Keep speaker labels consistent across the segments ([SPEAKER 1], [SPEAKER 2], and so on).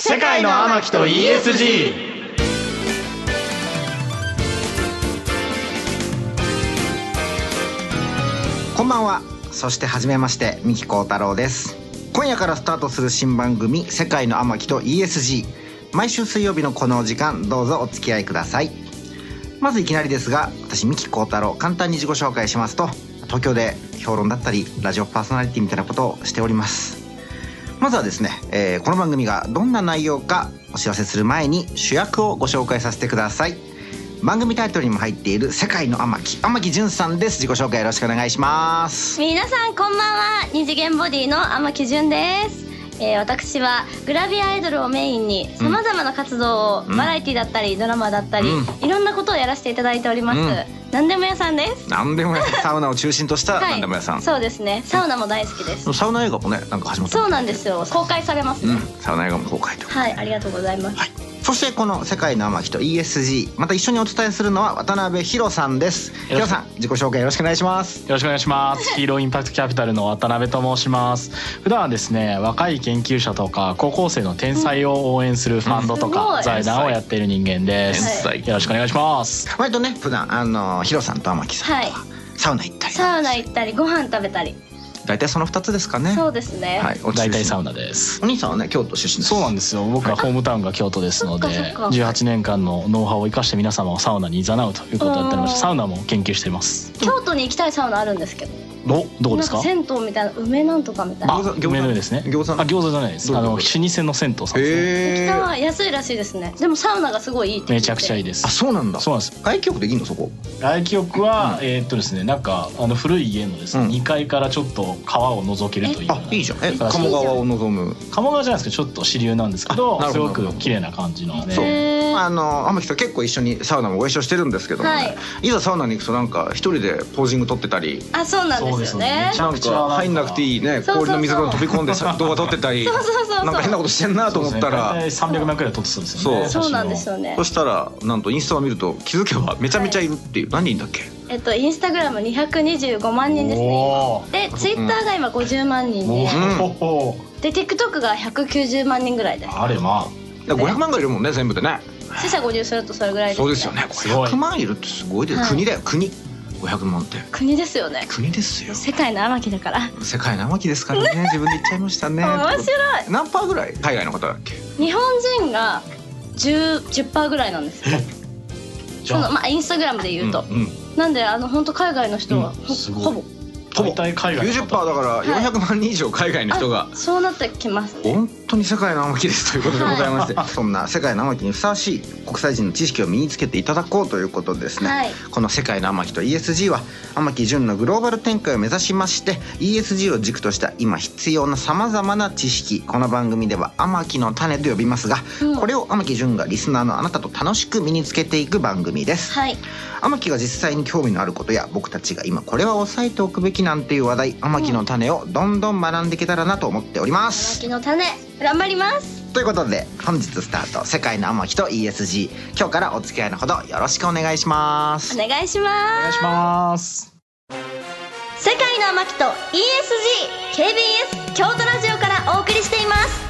[SPEAKER 1] 世界の天木と ESG
[SPEAKER 2] こんばんは。そして初めまして、三木幸太郎です。今夜からスタートする新番組、世界の天木と ESG。毎週水曜日のこのお時間、どうぞお付き合いください。まずいきなりですが、私、三木幸太郎、簡単に自己紹介しますと、東京で評論だったり、ラジオパーソナリティみたいなことをしております。まずはですね、えーこの番組がどんな内容かお知らせする前に主役をご紹介させてください。番組タイトルにも入っている世界の天木、天木淳さんです。自己紹介よろしくお願いします。
[SPEAKER 3] 皆さんこんばんは二次元ボディの天木純です、えー私はグラビアアイドルをメインにさまざまな活動を、
[SPEAKER 2] うん
[SPEAKER 3] バラエティだったりドラマだったり、
[SPEAKER 2] う
[SPEAKER 3] いろんなことをやらせていただいております、
[SPEAKER 2] うん
[SPEAKER 3] 何でも屋さんです
[SPEAKER 2] なんでも 屋さんサウナを中心とした
[SPEAKER 3] はい
[SPEAKER 2] なんでも屋さん、
[SPEAKER 3] そうですねサウナも大好きです、
[SPEAKER 2] サウナ映画もねなんか始まった
[SPEAKER 3] そうなん
[SPEAKER 2] で
[SPEAKER 3] ですよ公開されますね、
[SPEAKER 2] うんサウナ映画も公開と、
[SPEAKER 3] はいありがとうございます、
[SPEAKER 2] そしてこの「世界の天木」と ESG また一緒にお伝えするのは渡辺博さんです
[SPEAKER 1] よ
[SPEAKER 2] 博
[SPEAKER 1] ろしく
[SPEAKER 2] さん自己紹介よろしくお願いします
[SPEAKER 1] よろしくお願いし ます。ヒーローインパクトキャピタルの渡辺と申します。普段はですね、若い研究者とか高校生の天才を応援するファンドと
[SPEAKER 3] うんすご
[SPEAKER 1] か
[SPEAKER 3] い
[SPEAKER 1] 財団をやっている人間です。
[SPEAKER 2] 天才
[SPEAKER 1] よろしくお願いします。
[SPEAKER 2] 割とね普段あの博さんと天木さんとは
[SPEAKER 3] は
[SPEAKER 2] サウナ行ったり
[SPEAKER 3] サウナ行ったりご飯食べたり、
[SPEAKER 2] 大体その二つですかね
[SPEAKER 3] そうですね、
[SPEAKER 2] はいお
[SPEAKER 1] 大体サウ
[SPEAKER 2] ナ
[SPEAKER 1] ナです。
[SPEAKER 2] お兄さんはね京都出身です
[SPEAKER 1] そうなん
[SPEAKER 2] で
[SPEAKER 1] ですよ。僕はホームタウンが京都ですので、
[SPEAKER 3] あそっかそっか
[SPEAKER 1] 18年間のノウハウを生かして皆様をサウナに誘うということをやっておりまして、
[SPEAKER 3] あー
[SPEAKER 1] サウナも研究しています。
[SPEAKER 3] 京都に行きたいサウナあるんですけど
[SPEAKER 1] お、どこです
[SPEAKER 3] な
[SPEAKER 1] か
[SPEAKER 3] ん？か銭湯みたいな梅なんとかみたいな
[SPEAKER 1] あ
[SPEAKER 3] 行
[SPEAKER 2] 餃子餃、子
[SPEAKER 1] 梅の上ですね。
[SPEAKER 2] 餃子
[SPEAKER 1] あ、餃子じゃないです。
[SPEAKER 2] どう
[SPEAKER 1] あ
[SPEAKER 2] いう
[SPEAKER 1] の
[SPEAKER 2] こ
[SPEAKER 1] 老舗の銭湯さんですね。
[SPEAKER 3] き
[SPEAKER 2] へえ
[SPEAKER 3] たい安いらしいですねでもサウナがすごいいいって
[SPEAKER 1] めちゃくちゃいい
[SPEAKER 3] い
[SPEAKER 1] です
[SPEAKER 2] あ。そうなんだ
[SPEAKER 1] そうなんです。
[SPEAKER 2] 外局できんのそこ
[SPEAKER 1] 外気浴は、えーっとですねなんかあの古い家のですね、
[SPEAKER 2] うん
[SPEAKER 1] 2階からちょっと川を覗けるというよう
[SPEAKER 2] あ
[SPEAKER 1] ない
[SPEAKER 2] いじゃんえ
[SPEAKER 1] そう
[SPEAKER 2] 鴨川を望む
[SPEAKER 1] 鴨川じゃないですけどちょっと支流なんですけど
[SPEAKER 2] あなる
[SPEAKER 1] す
[SPEAKER 2] ほ
[SPEAKER 1] ご
[SPEAKER 2] ど
[SPEAKER 1] く綺麗な感じの
[SPEAKER 2] そう
[SPEAKER 1] ね
[SPEAKER 3] へー
[SPEAKER 2] あの天木さん結構一緒にサウナもご一緒してるんですけどもね、
[SPEAKER 3] はい
[SPEAKER 2] い、ざサウナに行くとなんか一人でポージング撮ってたり
[SPEAKER 3] あそうなんですよね
[SPEAKER 1] そ
[SPEAKER 2] な
[SPEAKER 1] うですよね
[SPEAKER 2] んか入んなくていいね
[SPEAKER 3] そうそうそう
[SPEAKER 2] 氷の水が飛び込んでさ動画撮ってたり
[SPEAKER 3] そうそうそうそう
[SPEAKER 2] なんか変なことしてんなと思ったら
[SPEAKER 1] そうですね大体300枚くらい撮ってそうですよね
[SPEAKER 2] そ
[SPEAKER 3] そうなんです
[SPEAKER 1] よ
[SPEAKER 3] よね
[SPEAKER 2] そしたらなんとインスタを見ると気づけばめちゃめちゃいるっていう、何人だっけ
[SPEAKER 3] えっとインスタグラム225万人ですね
[SPEAKER 1] おー
[SPEAKER 3] でツイッターが今50万人
[SPEAKER 1] お
[SPEAKER 3] で
[SPEAKER 1] ー
[SPEAKER 2] うん
[SPEAKER 1] ほほ
[SPEAKER 3] で TikTok が190万人ぐらいです
[SPEAKER 1] あれま
[SPEAKER 2] だから500万がいるもんね全部でね
[SPEAKER 3] 死者50するとそれぐらいです
[SPEAKER 2] そ
[SPEAKER 3] ね
[SPEAKER 2] うですよね
[SPEAKER 1] すごい
[SPEAKER 2] 500万いるってすごいです、
[SPEAKER 3] はい
[SPEAKER 2] 国だよ国500万って
[SPEAKER 3] 国ですよね
[SPEAKER 2] 国ですよ
[SPEAKER 3] 世界の天木だから
[SPEAKER 2] 世界の天木ですからね自分で言っちゃいましたね
[SPEAKER 3] 面白い
[SPEAKER 2] 何パーぐらい海外の方だっけ
[SPEAKER 3] 日本人が 10%, 10ぐらいなんですよ
[SPEAKER 1] あじ
[SPEAKER 3] そ
[SPEAKER 1] ゃ
[SPEAKER 3] の
[SPEAKER 1] あ
[SPEAKER 3] まあインスタグラムで言うと、
[SPEAKER 2] んうん
[SPEAKER 3] なんであの本当海外の人は
[SPEAKER 1] うん
[SPEAKER 3] ほ,、
[SPEAKER 1] すごい
[SPEAKER 3] ほぼ
[SPEAKER 2] ほぼ
[SPEAKER 1] 大体海外の
[SPEAKER 2] 90%
[SPEAKER 1] 方
[SPEAKER 2] だから400万人以上海外の人が、
[SPEAKER 3] あそうなってきますね
[SPEAKER 2] 本当に世界の天木ですということでございまして、そんな世界の天木にふさわしい国際人の知識を身につけていただこうということでですね、
[SPEAKER 3] はい
[SPEAKER 2] この「世界の天木」と ESG は天木純のグローバル展開を目指しまして ESG を軸とした今必要なさまざまな知識この番組では「天木の種」と呼びますが、
[SPEAKER 3] うん
[SPEAKER 2] これを天木純がリスナーのあなたと楽しく身につけていく番組です。
[SPEAKER 3] はい
[SPEAKER 2] 天木が実際に興味のあることや僕たちが今これは押さえておくべきなんていう話題天木の種をどんどん学んでいけたらなと思っております。
[SPEAKER 3] 天木の種頑張ります
[SPEAKER 2] ということで本日スタート「世界の天木と ESG」今日からお付き合いのほどよろしくお願いします
[SPEAKER 3] お願いし
[SPEAKER 1] お願
[SPEAKER 3] ま
[SPEAKER 1] い
[SPEAKER 3] す
[SPEAKER 1] します
[SPEAKER 3] 世界の天木と ESG KBS 京都ラジオからお送りしています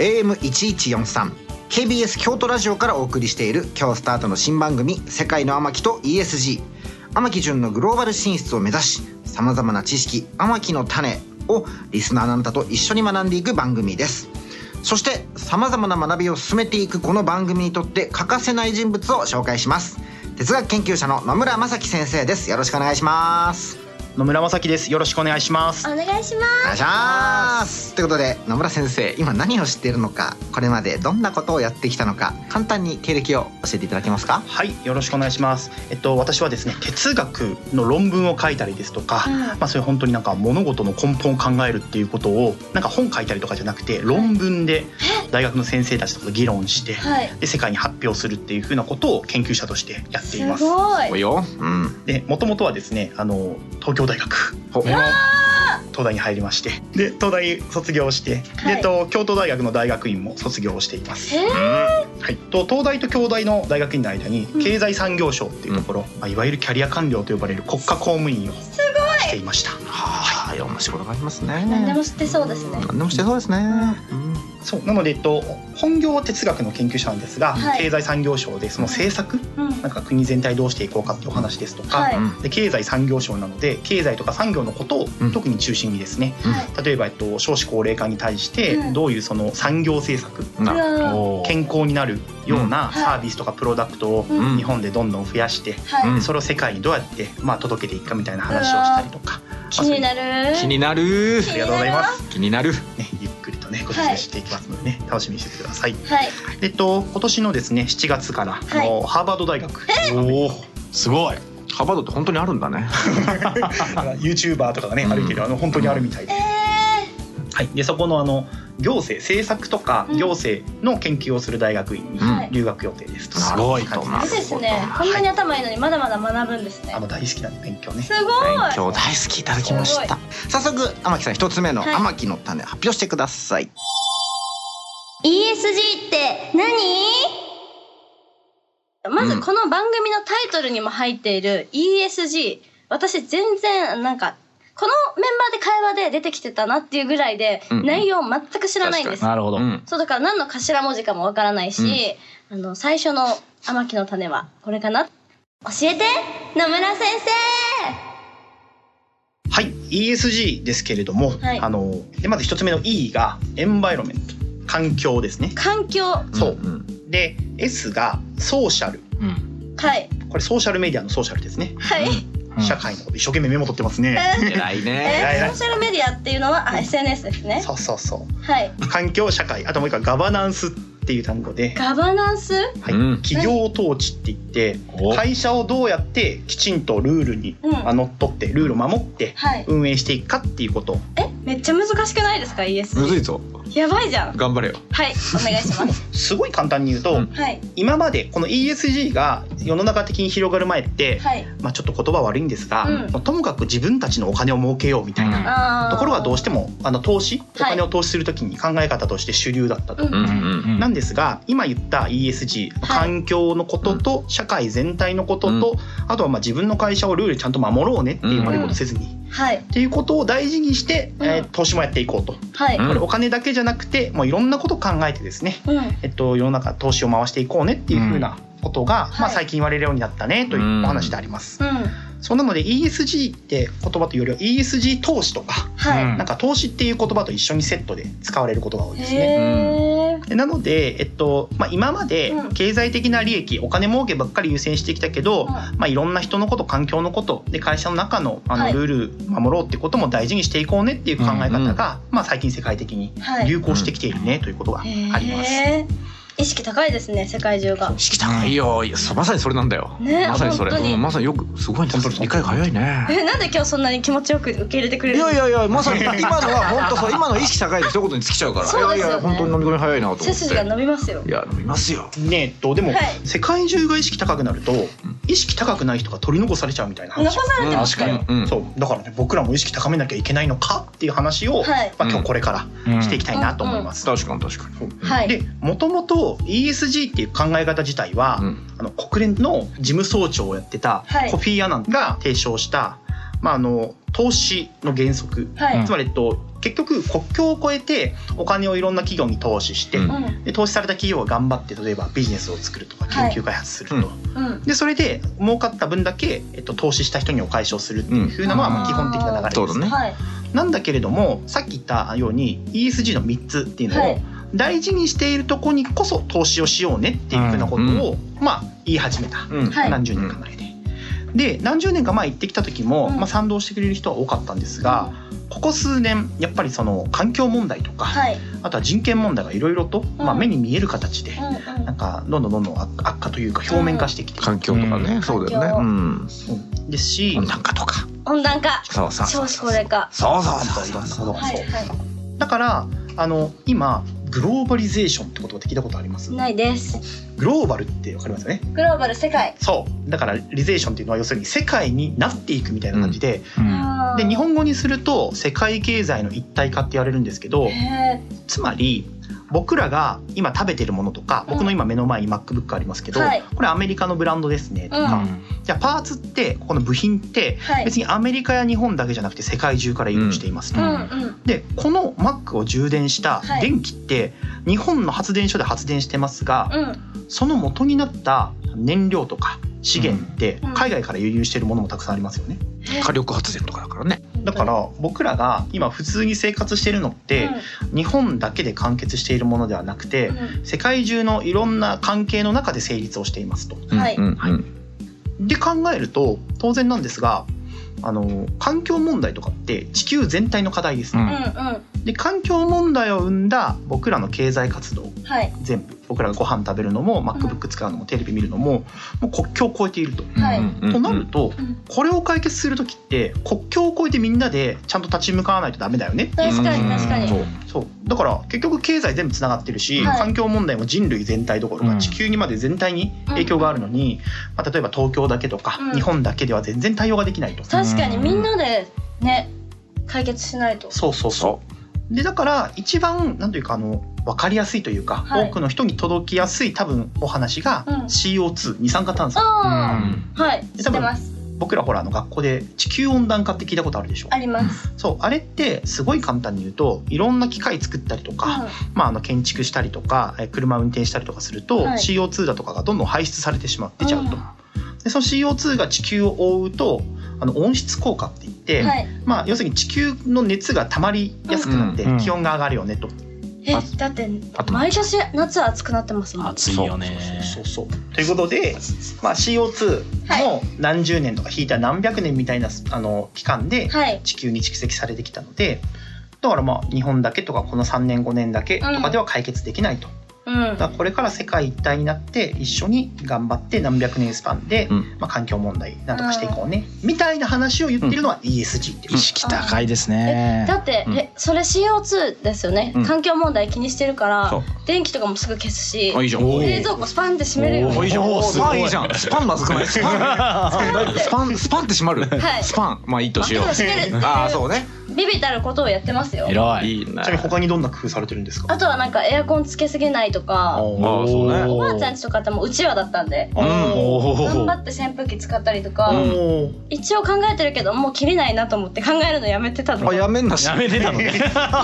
[SPEAKER 2] FM94.9AM1143 KBS 京都ラジオからお送りしている今日スタートの新番組「世界の天木と ESG」天木純のグローバル進出を目指しさまざまな知識「天木の種」をリスナーのあなたと一緒に学んでいく番組ですそしてさまざまな学びを進めていくこの番組にとって欠かせない人物を紹介します哲学研究者の野村正樹先生ですよろしくお願いします
[SPEAKER 4] 野村正樹です。よろしくお願いします。
[SPEAKER 3] お願いしま
[SPEAKER 2] お願いしますということで野村先生今何を知っているのかこれまでどんなことをやってきたのか簡単に経歴を教えていただけますか
[SPEAKER 4] はい、よろしくお願いします。えっと私はですね、哲学の論文を書いたりですとか、
[SPEAKER 3] うん
[SPEAKER 4] まあそういう本当になんか物事の根本を考えるっていうことをなんか本書いたりとかじゃなくて論文で大学の先生たちと議論して、
[SPEAKER 3] すはい
[SPEAKER 4] で世界に発表するっていうふうなことを研究者としてやっていま
[SPEAKER 3] す。
[SPEAKER 4] す
[SPEAKER 3] ごい
[SPEAKER 2] いよ、うん、
[SPEAKER 4] で元々はですね、あの東京大学
[SPEAKER 2] ほ
[SPEAKER 1] え
[SPEAKER 4] 東大に入りまして、で東大卒業して、
[SPEAKER 3] はい
[SPEAKER 4] でえっと京都大学の大学院も卒業しています。
[SPEAKER 3] えー
[SPEAKER 4] はい、と東大と京大の大学院の間に
[SPEAKER 3] ん
[SPEAKER 4] 経済産業省っていうところ、まあ、いわゆるキャリア官僚と呼ばれる国家公務員を
[SPEAKER 3] すごい
[SPEAKER 4] していました。
[SPEAKER 2] はい、いろんな仕事がありますね。
[SPEAKER 3] 何でも知ってそうですね。
[SPEAKER 2] 何でもしてそうですね。うん
[SPEAKER 4] そうなので、えっと、本業は哲学の研究者なんですが、
[SPEAKER 3] はい
[SPEAKER 4] 経済産業省でその政策
[SPEAKER 3] うん。
[SPEAKER 4] なんか国全体どうしていこうかっていうお話ですとか、
[SPEAKER 3] はい
[SPEAKER 2] うん
[SPEAKER 4] で経済産業省なので経済とか産業のことを
[SPEAKER 2] うん
[SPEAKER 4] 特に中心にですね、
[SPEAKER 3] はい。
[SPEAKER 4] 例えば、えっと、少子高齢化に対して
[SPEAKER 3] うん
[SPEAKER 4] どういうその産業政策、
[SPEAKER 3] う
[SPEAKER 2] な
[SPEAKER 3] わ
[SPEAKER 1] おー
[SPEAKER 4] 健康になるような
[SPEAKER 3] うん
[SPEAKER 4] サービスとかプロダクトを
[SPEAKER 3] ーうん
[SPEAKER 2] うん
[SPEAKER 4] 日本でどんどん増やして、
[SPEAKER 3] は
[SPEAKER 2] う
[SPEAKER 3] い。
[SPEAKER 2] ん
[SPEAKER 4] それを世界にどうやって、まあ、届けていくかみたいな話をしたりとか、
[SPEAKER 3] 気になる。
[SPEAKER 1] 気になる
[SPEAKER 4] ありがとうございます、
[SPEAKER 1] 気になる
[SPEAKER 4] ね、ゆっくりとねご説明していきますのでね、楽しみにしててください。
[SPEAKER 3] はい。
[SPEAKER 4] えっと、今年のですね7月から、
[SPEAKER 3] はい
[SPEAKER 4] あのハーバード大学
[SPEAKER 1] おおすごい
[SPEAKER 2] ハーバードって本当にあるんだね。
[SPEAKER 4] なんか YouTuber とかがね
[SPEAKER 2] うん
[SPEAKER 4] 歩いてるあの本当にあるみたい
[SPEAKER 3] え
[SPEAKER 4] で,、はい、でそこのあの行政政策とか
[SPEAKER 3] うん
[SPEAKER 4] 行政の研究をする大学院に
[SPEAKER 2] うん
[SPEAKER 4] 留学予定ですと
[SPEAKER 1] すごい
[SPEAKER 4] 感じ
[SPEAKER 2] なる
[SPEAKER 3] ー、
[SPEAKER 2] ほ
[SPEAKER 3] そ
[SPEAKER 2] ど
[SPEAKER 3] うですね。こんなに頭いいのにまだまだ学ぶんですね
[SPEAKER 4] あ。の大好きな勉強ね
[SPEAKER 3] すご
[SPEAKER 2] 勉
[SPEAKER 3] い。
[SPEAKER 2] 強大好きいただきました。早速天木さん一つ目の
[SPEAKER 3] はい
[SPEAKER 2] 天木の種発表してください。
[SPEAKER 3] ESG って何ま
[SPEAKER 2] う
[SPEAKER 3] ず
[SPEAKER 2] ん
[SPEAKER 3] この番組のタイトルにも入っている ESG 私全然なんかこのメンバーで会話で出てきてたなっていうぐらいで
[SPEAKER 2] うんうん
[SPEAKER 3] 内容全く知らないんです、
[SPEAKER 1] なるほど、
[SPEAKER 2] うん
[SPEAKER 3] そうだから何の頭文字かもわからないし、あの最初の「天木の種」はこれかな教えて野村先
[SPEAKER 4] はい ESG ですけれども、
[SPEAKER 3] はい
[SPEAKER 4] あのでまず一つ目の E がエンバイロメント環境ですね
[SPEAKER 3] 生環境
[SPEAKER 4] そう
[SPEAKER 2] うん
[SPEAKER 4] で S がソーシャル
[SPEAKER 1] うん
[SPEAKER 3] はい
[SPEAKER 4] これソーシャルメディアのソーシャルですね、
[SPEAKER 3] はい、
[SPEAKER 1] うん
[SPEAKER 4] 社会のこと一生懸命メモ取ってますね、
[SPEAKER 2] 偉いね。
[SPEAKER 4] はい
[SPEAKER 3] え
[SPEAKER 4] は
[SPEAKER 3] ーソ
[SPEAKER 4] い
[SPEAKER 3] ーシャルメディアっていうのはあ SNS ですね
[SPEAKER 4] そうそうそう
[SPEAKER 3] はい
[SPEAKER 4] 環境社会あともう一回ガバナンスっていう単語で、
[SPEAKER 3] ガバナンス
[SPEAKER 4] はい
[SPEAKER 2] うん
[SPEAKER 4] 企業統治って言って
[SPEAKER 1] お
[SPEAKER 4] 会社をどうやってきちんとルールに
[SPEAKER 3] うん
[SPEAKER 4] まあのっとってルールを守って
[SPEAKER 3] はい
[SPEAKER 4] 運営していくかっていうこと
[SPEAKER 3] えめっちゃ難しくないですか ES
[SPEAKER 2] むずいぞ。
[SPEAKER 3] やばいじゃん
[SPEAKER 2] 頑張れよ。
[SPEAKER 3] はいお願いし ます
[SPEAKER 4] すごい簡単に言うと、
[SPEAKER 2] うん
[SPEAKER 3] はい
[SPEAKER 4] 今までこの ESG が世の中的に広がる前って、
[SPEAKER 3] はい
[SPEAKER 4] まあ、ちょっと言葉悪いんですが、
[SPEAKER 3] うん
[SPEAKER 4] まあともかく自分たちのお金を儲けようみたいな
[SPEAKER 3] あー
[SPEAKER 4] ところはどうしてもあの投資お金を投資するときに考え方として主流だったと。
[SPEAKER 3] うん
[SPEAKER 2] うんうん。
[SPEAKER 4] なんですが今言った ESG
[SPEAKER 3] い
[SPEAKER 4] 環境のことと社会全体のことと、あとはまあ自分の会社をルールちゃんと守ろうねっていう悪いことせずに、っ
[SPEAKER 3] はい
[SPEAKER 4] ていうことを大事にして、えー
[SPEAKER 3] うん
[SPEAKER 4] 投資もやっていこうと、
[SPEAKER 3] はい
[SPEAKER 2] うん
[SPEAKER 4] これお金だけじゃなくてもういろんなことを考えてですね、
[SPEAKER 3] うん
[SPEAKER 4] えっと、世の中投資を回していこうねっていうふうなことが、ま
[SPEAKER 3] は
[SPEAKER 4] あ、
[SPEAKER 3] い
[SPEAKER 4] 最近言われるようになったねというお話であります。
[SPEAKER 3] うん
[SPEAKER 4] そうなので ESG って言葉というよりは ESG 投資とか
[SPEAKER 3] はい、
[SPEAKER 1] うん
[SPEAKER 4] なんか投資っていう言葉と一緒にセットで使われることが多いですね。
[SPEAKER 3] へー
[SPEAKER 4] でなので、えっとまあ、今まで
[SPEAKER 3] うん
[SPEAKER 4] 経済的な利益、お金儲けばっかり優先してきたけど、
[SPEAKER 3] ん
[SPEAKER 4] まあ、いろんな人のこと環境のことで会社の中のあの、
[SPEAKER 3] はい
[SPEAKER 4] ルール守ろうってことも大事にしていこうねっていう考え方が、
[SPEAKER 2] うんうん
[SPEAKER 4] まあ、最近世界的に
[SPEAKER 3] はい
[SPEAKER 4] 流行してきているね、ということがあります。
[SPEAKER 3] へー意識高いですね世界中が
[SPEAKER 2] 意識高いよ。いやそまさにそれなんだよ。
[SPEAKER 3] ね
[SPEAKER 2] まさにそれ。
[SPEAKER 3] 本当に
[SPEAKER 2] うんまさによくすごいね
[SPEAKER 4] 本当に
[SPEAKER 2] 理解が早いね。
[SPEAKER 3] えなんで今日そんなに気持ちよく受け入れてくれ
[SPEAKER 2] い
[SPEAKER 3] るん
[SPEAKER 2] や
[SPEAKER 3] で
[SPEAKER 2] い
[SPEAKER 3] すか
[SPEAKER 2] やいや、ま さに今のは本当そう、今の意識高いで一言に尽きちゃうから。
[SPEAKER 3] そうですよね
[SPEAKER 2] いやいや、本当に飲み込み早いなと思
[SPEAKER 3] 背
[SPEAKER 2] っ
[SPEAKER 3] 筋が
[SPEAKER 2] て。
[SPEAKER 3] 伸びますよ
[SPEAKER 2] いや、飲みますよ。
[SPEAKER 4] ねえっと、でも、
[SPEAKER 3] はい
[SPEAKER 4] 世界中が意識高くなると、意識高くない人が取り残されちゃうみたいな
[SPEAKER 3] 残
[SPEAKER 4] 話を
[SPEAKER 3] されてます
[SPEAKER 1] 確かに
[SPEAKER 2] うん
[SPEAKER 4] そうだからね僕らも意識高めなきゃいけないのかっていう話を、
[SPEAKER 3] はい
[SPEAKER 4] まあ、今
[SPEAKER 2] うん
[SPEAKER 4] 日これか
[SPEAKER 1] う
[SPEAKER 4] ら
[SPEAKER 1] ん
[SPEAKER 4] していきたいなと思います。
[SPEAKER 2] 確かに確かに。
[SPEAKER 3] はい
[SPEAKER 4] でもともと ESG っていう考え方自体は、
[SPEAKER 2] うん
[SPEAKER 4] あの国連の事務総長をやってた
[SPEAKER 3] はい
[SPEAKER 4] コフィアナンが提唱した、まあ、あの投資の原則、
[SPEAKER 3] はい、
[SPEAKER 1] うん
[SPEAKER 4] つまり、えっと、結局国境を越えてお金をいろんな企業に投資して、
[SPEAKER 2] うん
[SPEAKER 3] うん
[SPEAKER 4] で投資された企業が頑張って例えばビジネスを作るとか
[SPEAKER 3] はい
[SPEAKER 4] 研究開発すると、
[SPEAKER 2] うん
[SPEAKER 3] うん
[SPEAKER 4] でそれで儲かった分だけ、えっと、投資した人にお返しをするっていうふうなのは、
[SPEAKER 3] うん
[SPEAKER 4] まあ基本的な流れです
[SPEAKER 2] そうだね
[SPEAKER 3] はい
[SPEAKER 4] なんだけれどもさっき言ったように ESG の3つっていう
[SPEAKER 3] は
[SPEAKER 4] のを
[SPEAKER 3] い
[SPEAKER 4] 大事にしているとこにこそ投資をしようねっていうふうなことを、
[SPEAKER 2] うん
[SPEAKER 4] まあ言い始めた、
[SPEAKER 2] うん
[SPEAKER 3] はい
[SPEAKER 4] 何十年か前で。で何十年か前行ってきた時も、
[SPEAKER 3] うん
[SPEAKER 4] まあ、賛同してくれる人は多かったんですが、ここ数年やっぱりその環境問題とか、
[SPEAKER 3] はい
[SPEAKER 4] あとは人権問題がいろいろと、まあ、
[SPEAKER 3] うん
[SPEAKER 4] 目に見える形で、
[SPEAKER 3] うんうん
[SPEAKER 4] なんかどんどんどんどん悪悪化というか表面化してきている
[SPEAKER 2] 環境とかね、
[SPEAKER 4] う
[SPEAKER 2] そうだよね。うん。
[SPEAKER 4] んですし、
[SPEAKER 2] 温暖化とか。
[SPEAKER 3] 温暖化
[SPEAKER 2] そうそうそ
[SPEAKER 3] 少
[SPEAKER 2] うそう。
[SPEAKER 3] 子高齢化
[SPEAKER 2] そうそうそうそう。
[SPEAKER 3] はいは
[SPEAKER 4] だからあの今グローバリゼーションって言葉って聞いたことあります
[SPEAKER 3] いないです
[SPEAKER 4] グローバルってわかりますよね
[SPEAKER 3] グローバル世界
[SPEAKER 4] そうだからリゼーションっていうのは要するに世界になっていくみたいな感じで、
[SPEAKER 1] うん
[SPEAKER 3] あー
[SPEAKER 4] で日本語にすると世界経済の一体化って言われるんですけど
[SPEAKER 3] へ
[SPEAKER 4] つまり僕らが今食べてるものとか、
[SPEAKER 3] うん
[SPEAKER 4] 僕の今目の前に MacBook ありますけど、
[SPEAKER 3] はい
[SPEAKER 4] これアメリカのブランドですねと
[SPEAKER 3] う
[SPEAKER 4] か、
[SPEAKER 1] ん
[SPEAKER 4] じゃあパーツってこの部品って
[SPEAKER 3] はい
[SPEAKER 4] 別にアメリカや日本だけじゃなくて世界中から輸入していますと、
[SPEAKER 3] うん
[SPEAKER 1] ん
[SPEAKER 3] うん
[SPEAKER 4] でこの Mac を充電した
[SPEAKER 3] はい
[SPEAKER 4] 電気って日本の発電所で発電してますが、
[SPEAKER 3] うん
[SPEAKER 4] その元になった燃料とか資源って
[SPEAKER 3] うん
[SPEAKER 4] 海外から輸入してるものもたくさんありますよね。
[SPEAKER 5] 火力発電とかだからね
[SPEAKER 4] だから僕らが今普通に生活してるのって日本だけで完結しているものではなくて
[SPEAKER 3] うんうん
[SPEAKER 4] 世界中のいろんな関係の中で成立をしていますと。
[SPEAKER 3] はい
[SPEAKER 5] うんうん
[SPEAKER 4] で考えると当然なんですがあの環境問題とかって地球全体の課題です、
[SPEAKER 1] う
[SPEAKER 3] うんん
[SPEAKER 4] で環境問題を生んだ僕らの経済活動
[SPEAKER 3] うんはい
[SPEAKER 4] 全部僕らがご飯食べるのも MacBook 使うのもテレビ見るのももう国境を越えていると。
[SPEAKER 3] はい
[SPEAKER 5] うんうん
[SPEAKER 4] となると
[SPEAKER 3] うん
[SPEAKER 4] これを解決する時って国境を越えてみんなでちゃんと立ち向かわないとダメだよねっていう
[SPEAKER 3] 確かに確か
[SPEAKER 4] そ
[SPEAKER 3] に
[SPEAKER 4] うそうだから結局経済全部つながってるし、
[SPEAKER 3] はい
[SPEAKER 4] 環境問題も人類全体どころか、
[SPEAKER 1] うん
[SPEAKER 4] 地球にまで全体に影響があるのに、まあ、例えば東京だけとか、
[SPEAKER 3] うん
[SPEAKER 4] 日本だけでは全然対応ができないと。
[SPEAKER 3] 確かにみんなでね解決しないと
[SPEAKER 4] そうそう
[SPEAKER 5] そ
[SPEAKER 4] そうでだから一番なんというかあの分かりやすいというか、
[SPEAKER 3] はい
[SPEAKER 4] 多くの人に届きやすい多分お話が
[SPEAKER 3] うん
[SPEAKER 4] CO2 二酸化炭素
[SPEAKER 1] う
[SPEAKER 3] あ
[SPEAKER 1] ん
[SPEAKER 3] あはい
[SPEAKER 4] で
[SPEAKER 3] 知ってます
[SPEAKER 4] 僕らほらあの学校で地球温暖化って聞いたことあるでしょ
[SPEAKER 3] あります
[SPEAKER 4] そうあれってすごい簡単に言うといろんな機械作ったりとか、まあ、あの建築したりとかえー車運転したりとかすると、
[SPEAKER 3] はい
[SPEAKER 4] CO2 だとかがどんどん排出されてしまってちゃうと、でその CO2 が地球を覆うとあの温室効果って言って、
[SPEAKER 3] うんはい
[SPEAKER 4] まあ、要するに地球の熱がたまりやすくなって
[SPEAKER 1] うん
[SPEAKER 4] 気温が上がるよねと。
[SPEAKER 3] え
[SPEAKER 5] あ
[SPEAKER 3] だって
[SPEAKER 5] あと
[SPEAKER 3] 毎年夏暑くなってますもんは
[SPEAKER 1] 暑いよね
[SPEAKER 4] そうそうそうということで、まあ、CO2 も何十年とか引いたら何百年みたいなあの期間で
[SPEAKER 3] い
[SPEAKER 4] 地球に蓄積されてきたのでだからまあ日本だけとかこの3年5年だけとかでは解決できないと。
[SPEAKER 3] うん
[SPEAKER 4] だからこれから世界一体になって一緒に頑張って何百年スパンで、
[SPEAKER 5] うん
[SPEAKER 4] まあ、環境問題なんとかしていこうねみたいな話を言ってるのは ESG っていう、
[SPEAKER 1] 意識高いですね
[SPEAKER 3] だって、
[SPEAKER 5] うん
[SPEAKER 3] えそれ CO2 ですよね、
[SPEAKER 5] うん
[SPEAKER 3] 環境問題気にしてるから
[SPEAKER 5] そう
[SPEAKER 3] 電気とかもすぐ消すし
[SPEAKER 5] あいいじゃんおー
[SPEAKER 3] 冷蔵庫スパンって閉めるよ
[SPEAKER 1] おーいいじゃん
[SPEAKER 5] おー
[SPEAKER 1] すごい
[SPEAKER 5] まあいいじゃんスパンまずく ないスパンスパンスパンって閉まる、
[SPEAKER 3] はい
[SPEAKER 5] スパンまあいいとしよう
[SPEAKER 3] まあ閉めるっていう
[SPEAKER 5] ああそうね
[SPEAKER 3] ビビたることをやってますよ
[SPEAKER 1] 偉い
[SPEAKER 5] いいな
[SPEAKER 4] ちなみに他にどんな工夫されてるんですか
[SPEAKER 3] あとはなんかエアコンつけすぎないと
[SPEAKER 5] あ
[SPEAKER 3] か
[SPEAKER 5] あそうね
[SPEAKER 1] おー
[SPEAKER 3] おばあちゃんちとかってもううちわだったんで
[SPEAKER 5] うん
[SPEAKER 4] おー
[SPEAKER 1] お
[SPEAKER 3] 頑張
[SPEAKER 1] ー
[SPEAKER 3] って扇風機使ったりとか、
[SPEAKER 5] うん
[SPEAKER 4] お
[SPEAKER 3] 一応考えてるけどもう切れないなと思って考えるのやめてたと
[SPEAKER 5] あやめんなし
[SPEAKER 1] やめてたのね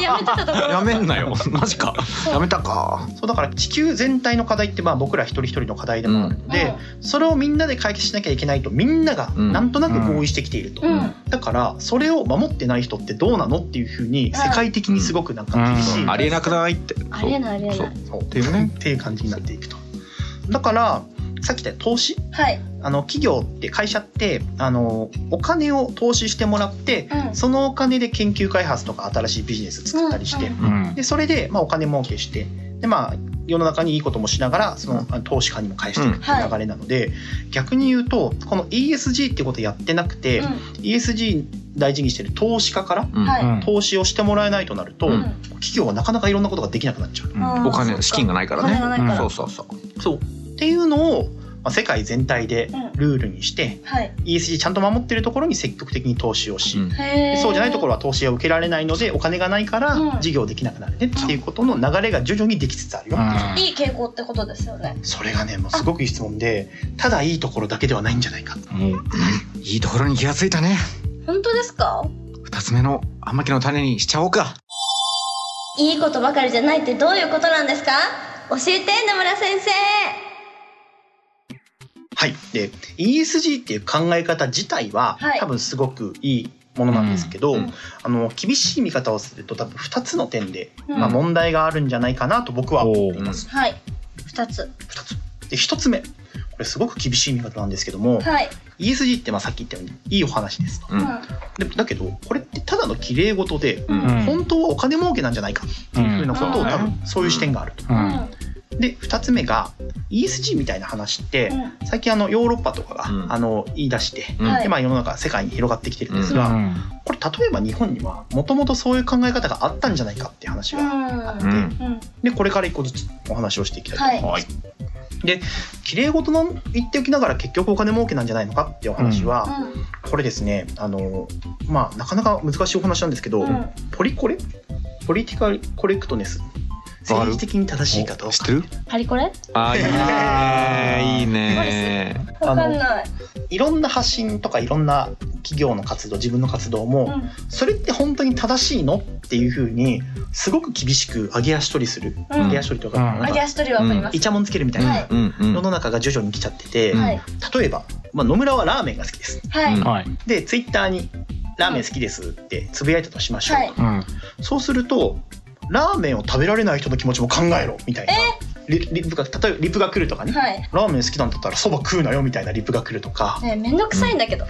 [SPEAKER 3] やめてたところ
[SPEAKER 5] やめんなよマジか
[SPEAKER 2] やめたか
[SPEAKER 4] ーそうだから地球全体の課題ってまあ僕ら一人一人の課題でもあるので、それをみんなで解決しなきゃいけないとみんなが
[SPEAKER 5] うん
[SPEAKER 4] なんとなく合意してきていると、
[SPEAKER 3] うん、うん
[SPEAKER 4] だからそれを守ってない人ってどうなのっていうふうに世界的にすごくなんか厳しい、
[SPEAKER 1] うん
[SPEAKER 5] ありえなくないって
[SPEAKER 3] ありえないありえない
[SPEAKER 5] そうっていうね
[SPEAKER 4] っていう感じになっていくと。だからさっき言った投資
[SPEAKER 3] はい、
[SPEAKER 4] あの企業って会社ってあのお金を投資してもらって
[SPEAKER 3] うん
[SPEAKER 4] そのお金で研究開発とか新しいビジネス作ったりして
[SPEAKER 3] うん
[SPEAKER 1] うん
[SPEAKER 4] でそれでまあお金儲けしてでまあ世の中にいいこともしながらそのあの投資家にも返していくっていう流れなので逆に言うとこの ESG ってことやってなくて
[SPEAKER 3] うん
[SPEAKER 4] ESG 大事にしてる投資家から
[SPEAKER 5] うん
[SPEAKER 3] はい
[SPEAKER 1] うん
[SPEAKER 4] 投資をしてもらえないとなると
[SPEAKER 5] う
[SPEAKER 3] うん
[SPEAKER 5] ん
[SPEAKER 4] 企業はなかなかいろんなことができなくなっちゃう。
[SPEAKER 1] うん
[SPEAKER 3] あー
[SPEAKER 5] お
[SPEAKER 3] そっ
[SPEAKER 5] 金
[SPEAKER 3] か
[SPEAKER 5] 資金がないから
[SPEAKER 3] お金
[SPEAKER 5] ね
[SPEAKER 3] がないから、
[SPEAKER 5] そうそうそう
[SPEAKER 4] そうっていうのを、まあ、世界全体で
[SPEAKER 3] うん
[SPEAKER 4] ルールにして、
[SPEAKER 3] はい
[SPEAKER 4] ESG ちゃんと守ってるところに積極的に投資をし、
[SPEAKER 5] うん
[SPEAKER 3] へ
[SPEAKER 4] で
[SPEAKER 3] ー
[SPEAKER 4] そうじゃないところは投資が受けられないのでお金がないか
[SPEAKER 3] う
[SPEAKER 4] ら
[SPEAKER 3] ん
[SPEAKER 4] 事業できなくなるねっていうことの流れが徐々にできつつあるよ。
[SPEAKER 3] いい傾向ってことですよね
[SPEAKER 4] それがねもうすごくいい質問でただいいところだけではないんじゃないか
[SPEAKER 1] うんもう
[SPEAKER 5] いいところに気がついたね
[SPEAKER 3] 本当ですか
[SPEAKER 5] 二つ目の天木の種にしちゃおうか
[SPEAKER 3] いいことばかりじゃないってどういうことなんですか教えて野村先生
[SPEAKER 4] はいで ESG っていう考え方自体は、
[SPEAKER 3] はい
[SPEAKER 4] 多分すごくいいものなんですけど、
[SPEAKER 5] うんうん
[SPEAKER 4] あの厳しい見方をすると多分2つの点で、
[SPEAKER 3] うん
[SPEAKER 4] まあ、問題があるんじゃないかなと僕は思っています。
[SPEAKER 3] はい二つ
[SPEAKER 4] 2つで1つ目これすごく厳しい見方なんですけども、
[SPEAKER 3] はい、
[SPEAKER 4] ESG ってまあさっき言ったようにいいお話ですと
[SPEAKER 5] うん
[SPEAKER 4] でだけどこれってただの綺麗事で、
[SPEAKER 3] うん
[SPEAKER 1] うん
[SPEAKER 4] 本当はお金儲けなんじゃないかっていうふうなことを
[SPEAKER 3] うん
[SPEAKER 4] 多分そういう視点があると。
[SPEAKER 1] う
[SPEAKER 3] うん
[SPEAKER 1] ん
[SPEAKER 4] で2つ目が ESG みたいな話って
[SPEAKER 3] うん
[SPEAKER 4] 最近あのヨーロッパとかが、
[SPEAKER 5] うん
[SPEAKER 4] あの言い出して、
[SPEAKER 5] うん
[SPEAKER 3] はい
[SPEAKER 4] でまあ世の中世界に広がってきてるんです
[SPEAKER 1] う
[SPEAKER 4] が、
[SPEAKER 1] ん
[SPEAKER 4] これ例えば日本にはもともとそういう考え方があったんじゃないかっていう話
[SPEAKER 3] う
[SPEAKER 4] が、
[SPEAKER 3] ん
[SPEAKER 5] う
[SPEAKER 4] うん
[SPEAKER 3] うん
[SPEAKER 4] でこれから一個ずつお話をしていきたいと思います。
[SPEAKER 3] はい
[SPEAKER 5] はい
[SPEAKER 4] 綺麗事の言っておきながら結局お金儲けなんじゃないのかっていうお話は、
[SPEAKER 3] うん
[SPEAKER 4] これですねあのまあなかなか難しいお話なんですけど、
[SPEAKER 3] うん
[SPEAKER 4] ポリコレポリティカルコレクトネス
[SPEAKER 5] わかる
[SPEAKER 4] 政治的に正しいかどう
[SPEAKER 5] 知っ
[SPEAKER 4] か
[SPEAKER 5] てる
[SPEAKER 3] パリコレ
[SPEAKER 5] あーいいねいい ね
[SPEAKER 3] わかんない。
[SPEAKER 4] いろんな発信とかいろんな企業の活動自分の活動も、
[SPEAKER 3] うん
[SPEAKER 4] それって本当に正しいのっていうふうにすごく厳しく上げ足取りする、
[SPEAKER 3] うん
[SPEAKER 4] 上げ足取りとか,、
[SPEAKER 1] うん
[SPEAKER 4] な
[SPEAKER 3] 揚
[SPEAKER 4] ん
[SPEAKER 3] げ
[SPEAKER 4] か
[SPEAKER 3] 足取りわかります。
[SPEAKER 4] いちゃもんつけるみたいな、
[SPEAKER 3] はい
[SPEAKER 5] うんうん
[SPEAKER 4] 世の中が徐々に来ちゃってて、
[SPEAKER 5] うん
[SPEAKER 3] はい。
[SPEAKER 4] 例えば、まあ、野村はラーメンが好きです
[SPEAKER 3] はい。
[SPEAKER 5] うん
[SPEAKER 1] はい。
[SPEAKER 4] でツイッターに「ラーメン好きです」ってつぶやいたとしましょう、
[SPEAKER 3] はい。
[SPEAKER 1] うん。
[SPEAKER 4] そうするとラーメンを食べられない人の気持ちも考えろみたいな、リリプが例えばリプが来るとかね、
[SPEAKER 3] はい。
[SPEAKER 4] ラーメン好きなんだったらそば食うなよみたいなリプが来るとか、
[SPEAKER 3] ね、めんどくさいんだけど。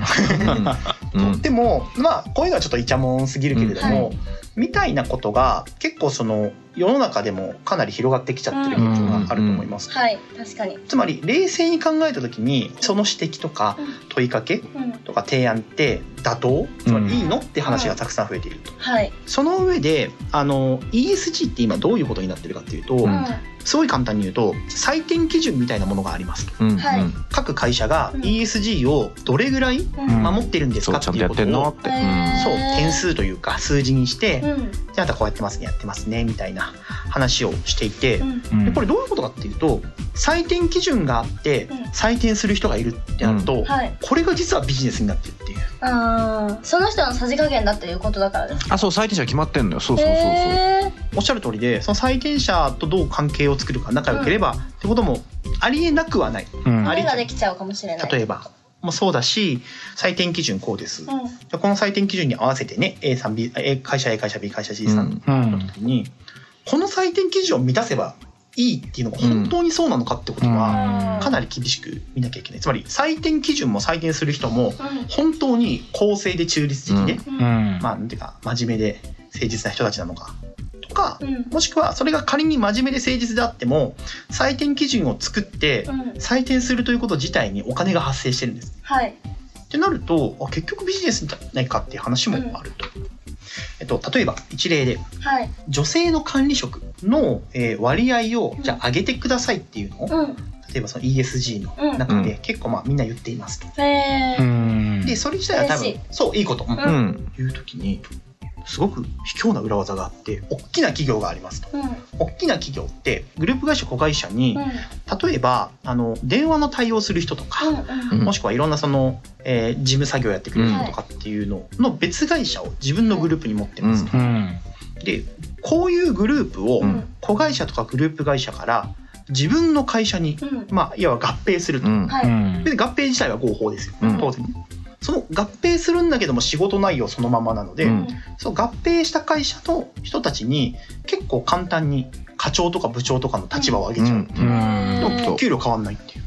[SPEAKER 5] うんうん
[SPEAKER 4] でもまあこういうのはちょっとイチャモンすぎるけれども、みたいなことが結構その世の中でもかなり広がってきちゃってる現状があると思います。
[SPEAKER 3] はい。確かに。
[SPEAKER 4] つまり冷静に考えた時にその指摘とか
[SPEAKER 3] うん
[SPEAKER 4] 問いかけ
[SPEAKER 3] うん。
[SPEAKER 4] とか提案って妥当つまりいいのって話がたくさん増えていると。
[SPEAKER 3] はい。
[SPEAKER 4] その上であの ESG って今どういうことになってるかっていうと、
[SPEAKER 5] う
[SPEAKER 3] うんん。
[SPEAKER 4] すごい簡単に言うと採点基準みたいなものがありますと。
[SPEAKER 5] うん
[SPEAKER 3] はい
[SPEAKER 5] うん
[SPEAKER 4] 各会社が
[SPEAKER 3] うん
[SPEAKER 4] ESG をどれぐらい
[SPEAKER 3] うん。
[SPEAKER 4] 守ってるんです
[SPEAKER 5] そ
[SPEAKER 4] か
[SPEAKER 5] うちゃ
[SPEAKER 4] っ
[SPEAKER 5] ん
[SPEAKER 4] て
[SPEAKER 5] とや
[SPEAKER 4] いう
[SPEAKER 5] っ
[SPEAKER 4] こ
[SPEAKER 5] て
[SPEAKER 4] と
[SPEAKER 5] んな
[SPEAKER 4] を
[SPEAKER 5] って
[SPEAKER 3] へ
[SPEAKER 4] そう
[SPEAKER 3] ー
[SPEAKER 4] 点数というか数字にして、
[SPEAKER 3] う
[SPEAKER 4] で
[SPEAKER 3] ん。
[SPEAKER 4] あなたこうやってますねやってますねみたいな話をしていて、
[SPEAKER 3] うん。
[SPEAKER 1] うん
[SPEAKER 4] でこれどういうことかっていうと採点基準があって
[SPEAKER 3] うん
[SPEAKER 4] 採点する人がいるってなると、
[SPEAKER 3] はい。
[SPEAKER 4] これが実はビジネスになってるっていう
[SPEAKER 3] ああ、その人のさじ加減だっていうことだからです。
[SPEAKER 5] あそう採点者決まってんのよそうそうそうそう
[SPEAKER 3] へえ。
[SPEAKER 4] おっしゃる通りでその採点者とどう関係を作るか仲良ければ、ってこともありえなくはない
[SPEAKER 1] うん
[SPEAKER 4] あり
[SPEAKER 3] 目ができちゃうかもしれない。
[SPEAKER 4] 例えばもそうだし採点基準こうで
[SPEAKER 3] う
[SPEAKER 4] す、
[SPEAKER 3] ん。
[SPEAKER 4] でこの採点基準に合わせてね A さん B A 会社 A 会社 B 会社 C さん
[SPEAKER 1] う
[SPEAKER 4] の
[SPEAKER 1] ん。
[SPEAKER 4] 時に、この採点基準を満たせばいいっていうのが本当にそうなのかってことは、
[SPEAKER 3] うん
[SPEAKER 4] かなり厳しく見なきゃいけないつまり採点基準も採点する人も本当に公正で中立的で、
[SPEAKER 3] うん。う。
[SPEAKER 1] うんん。
[SPEAKER 4] まあなんていうか真面目で誠実な人たちなのかとか、
[SPEAKER 3] うん。
[SPEAKER 4] もしくはそれが仮に真面目で誠実であっても採点基準を作って
[SPEAKER 3] うん。
[SPEAKER 4] 採点するということ自体にお金が発生してるんです。
[SPEAKER 3] はい。
[SPEAKER 4] ってなるとあ結局ビジネスじゃないかっていう話もあると。えっと、例えば一例で
[SPEAKER 3] はい。
[SPEAKER 4] 女性の管理職の、えー割合を
[SPEAKER 3] うん
[SPEAKER 4] じゃあ上げてくださいっていうのを
[SPEAKER 3] うん。
[SPEAKER 4] 例えばその ESG の中で結構まあみんな言っていますと。
[SPEAKER 3] へえ
[SPEAKER 1] う。ん。
[SPEAKER 4] でそれ自体は多
[SPEAKER 3] 嬉し
[SPEAKER 4] 分
[SPEAKER 3] い
[SPEAKER 4] そういいこと、
[SPEAKER 3] ん
[SPEAKER 5] う
[SPEAKER 3] うん
[SPEAKER 4] いう時にすごく卑怯な裏技があって大きな企業がありますと。
[SPEAKER 3] うん。
[SPEAKER 4] 大きな企業ってグループ会社子会社に
[SPEAKER 3] うん。
[SPEAKER 4] 例えばあの電話の対応する人とか、
[SPEAKER 3] うん。
[SPEAKER 5] うん
[SPEAKER 4] もしくはいろんなその、えー事務作業やってくれる人とかっていうのの別会社を自分のグループに持ってますと、
[SPEAKER 1] うん。
[SPEAKER 4] でこういうグループを
[SPEAKER 5] うん
[SPEAKER 4] 子会社とかグループ会社から自分の会社に、
[SPEAKER 3] うん。
[SPEAKER 4] まあ、いわば合併する
[SPEAKER 5] う
[SPEAKER 4] と、
[SPEAKER 5] ん
[SPEAKER 3] は
[SPEAKER 1] う
[SPEAKER 3] い。
[SPEAKER 1] ん。
[SPEAKER 4] 別に合併自体は合法ですよ、
[SPEAKER 5] うん
[SPEAKER 4] 当然ねその合併するんだけども仕事内容そのままなので、
[SPEAKER 5] う
[SPEAKER 3] うんん。
[SPEAKER 4] その合併した会社の人たちに結構簡単に課長とか部長とかの立場を上げちゃう、
[SPEAKER 1] う。
[SPEAKER 5] うんん
[SPEAKER 4] でも給料変わんないっていう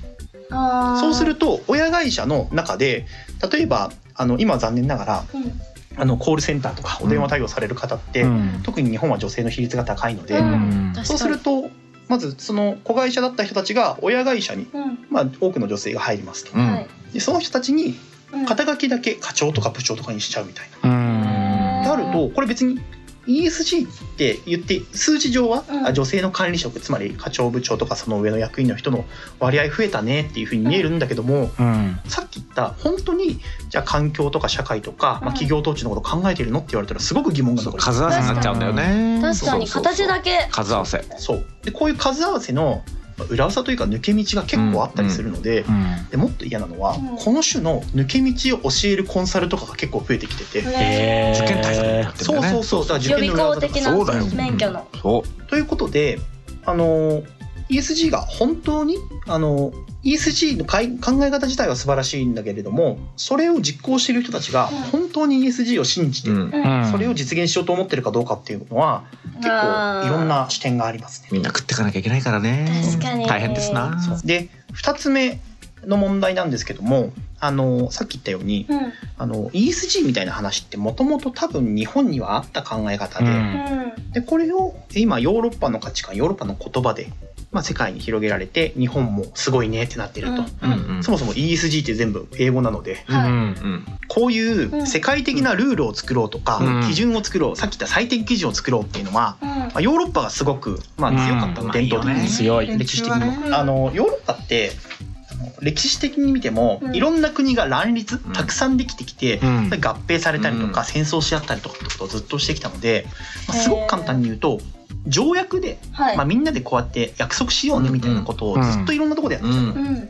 [SPEAKER 3] ああ。
[SPEAKER 4] そうすると親会社の中で例えばあの今残念ながら
[SPEAKER 3] うん。うん。
[SPEAKER 4] あのコールセンターとかお電話対応される方って、
[SPEAKER 1] うん
[SPEAKER 4] 特に日本は女性の比率が高いので、
[SPEAKER 3] うん
[SPEAKER 1] うん
[SPEAKER 3] 確かに
[SPEAKER 4] そうするとまずその子会社だった人たちが親会社に、
[SPEAKER 3] うん。
[SPEAKER 4] まあ、多くの女性が入りますと
[SPEAKER 5] う。ん
[SPEAKER 3] はい。
[SPEAKER 4] でその人たちに
[SPEAKER 3] うん
[SPEAKER 4] 肩書きだけ課長とか部長とかにしちゃうみたいな。
[SPEAKER 1] うん。
[SPEAKER 4] なるとこれ別に ESG って言って数字上は、
[SPEAKER 3] うん
[SPEAKER 4] あ女性の管理職つまり課長部長とかその上の役員の人の割合増えたねっていうふうに見えるんだけども、
[SPEAKER 1] うん。
[SPEAKER 4] さっき言った本当にじゃあ環境とか社会とか、まあ、
[SPEAKER 3] うん
[SPEAKER 4] 企業統治のこと考えてるのって言われたらすごく疑問が
[SPEAKER 5] そう
[SPEAKER 4] 残る
[SPEAKER 5] 数合わせになっちゃうんだよね
[SPEAKER 3] 確かに
[SPEAKER 5] そうそうそう
[SPEAKER 3] 形だけ。
[SPEAKER 5] 数合わせ
[SPEAKER 4] そうでこういう数合わせのまあ裏技というか抜け道が結構あったりするので,、
[SPEAKER 1] うん。
[SPEAKER 4] でもっと嫌なのは、
[SPEAKER 3] うん
[SPEAKER 4] この種の抜け道を教えるコンサルとかが結構増えてきてて、
[SPEAKER 3] へ
[SPEAKER 5] 受験対策になってるんだ
[SPEAKER 4] そ
[SPEAKER 5] よ
[SPEAKER 4] う
[SPEAKER 5] ね
[SPEAKER 4] そうそうだから
[SPEAKER 3] ー予備校
[SPEAKER 4] とか
[SPEAKER 3] 的
[SPEAKER 5] そうだよ
[SPEAKER 3] な免許の。
[SPEAKER 5] そう
[SPEAKER 4] ということであの ESG が本当にあの ESG のかい考え方自体は素晴らしいんだけれどもそれを実行している人たちが
[SPEAKER 3] うん
[SPEAKER 4] 本当に ESG を信じて
[SPEAKER 5] う
[SPEAKER 4] る
[SPEAKER 5] ん
[SPEAKER 1] うん
[SPEAKER 4] それを実現しようと思ってるかどうかっていうのは結
[SPEAKER 3] あ
[SPEAKER 4] 構
[SPEAKER 3] ー
[SPEAKER 4] いろんな視点がありますね。
[SPEAKER 5] みんな食ってかなきゃいけないからね
[SPEAKER 3] 確かに
[SPEAKER 5] 大変ですな
[SPEAKER 4] そうで2つ目の問題なんですけどもあのさっき言ったように
[SPEAKER 3] うん。
[SPEAKER 4] あの ESG みたいな話ってもともと多分日本にはあった考え方で,、
[SPEAKER 1] うん
[SPEAKER 3] うん。
[SPEAKER 4] でこれを今ヨーロッパの価値観ヨーロッパの言葉で、まあ、世界に広げられて日本もすごいねってなってると。
[SPEAKER 5] うんうん
[SPEAKER 4] そもそも ESG って全部英語なので
[SPEAKER 1] う
[SPEAKER 3] は
[SPEAKER 1] ん。
[SPEAKER 5] うん
[SPEAKER 4] こういう世界的なルールを作ろうとか、
[SPEAKER 1] うん
[SPEAKER 4] 基準を作ろうさっき言った採点基準を作ろうっていうのは、
[SPEAKER 3] い。うん。
[SPEAKER 4] まあ、ヨーロッパがすごく、まあ、強かったの、
[SPEAKER 5] うん
[SPEAKER 4] 伝統的
[SPEAKER 5] まあいいよね
[SPEAKER 4] に、
[SPEAKER 1] 強い。
[SPEAKER 4] 歴史的に
[SPEAKER 5] 連
[SPEAKER 4] も、
[SPEAKER 3] 中はね
[SPEAKER 4] あのヨーロッパってあの歴史的に見ても、
[SPEAKER 3] うん
[SPEAKER 4] いろんな国が乱立
[SPEAKER 5] うん
[SPEAKER 4] たくさんできてきて、
[SPEAKER 1] うん
[SPEAKER 4] 合。併されたりとか、
[SPEAKER 5] うん
[SPEAKER 4] 戦争し合ったりとかってことをずっとしてきたので、まあ
[SPEAKER 3] へー
[SPEAKER 4] すごく簡単に言うと条約で、
[SPEAKER 3] はい
[SPEAKER 4] まあ、みんなでこうやって約束しようねみたいなこと
[SPEAKER 1] う
[SPEAKER 4] を
[SPEAKER 1] ん
[SPEAKER 4] ずっといろんなところでやってきた、
[SPEAKER 3] うんうん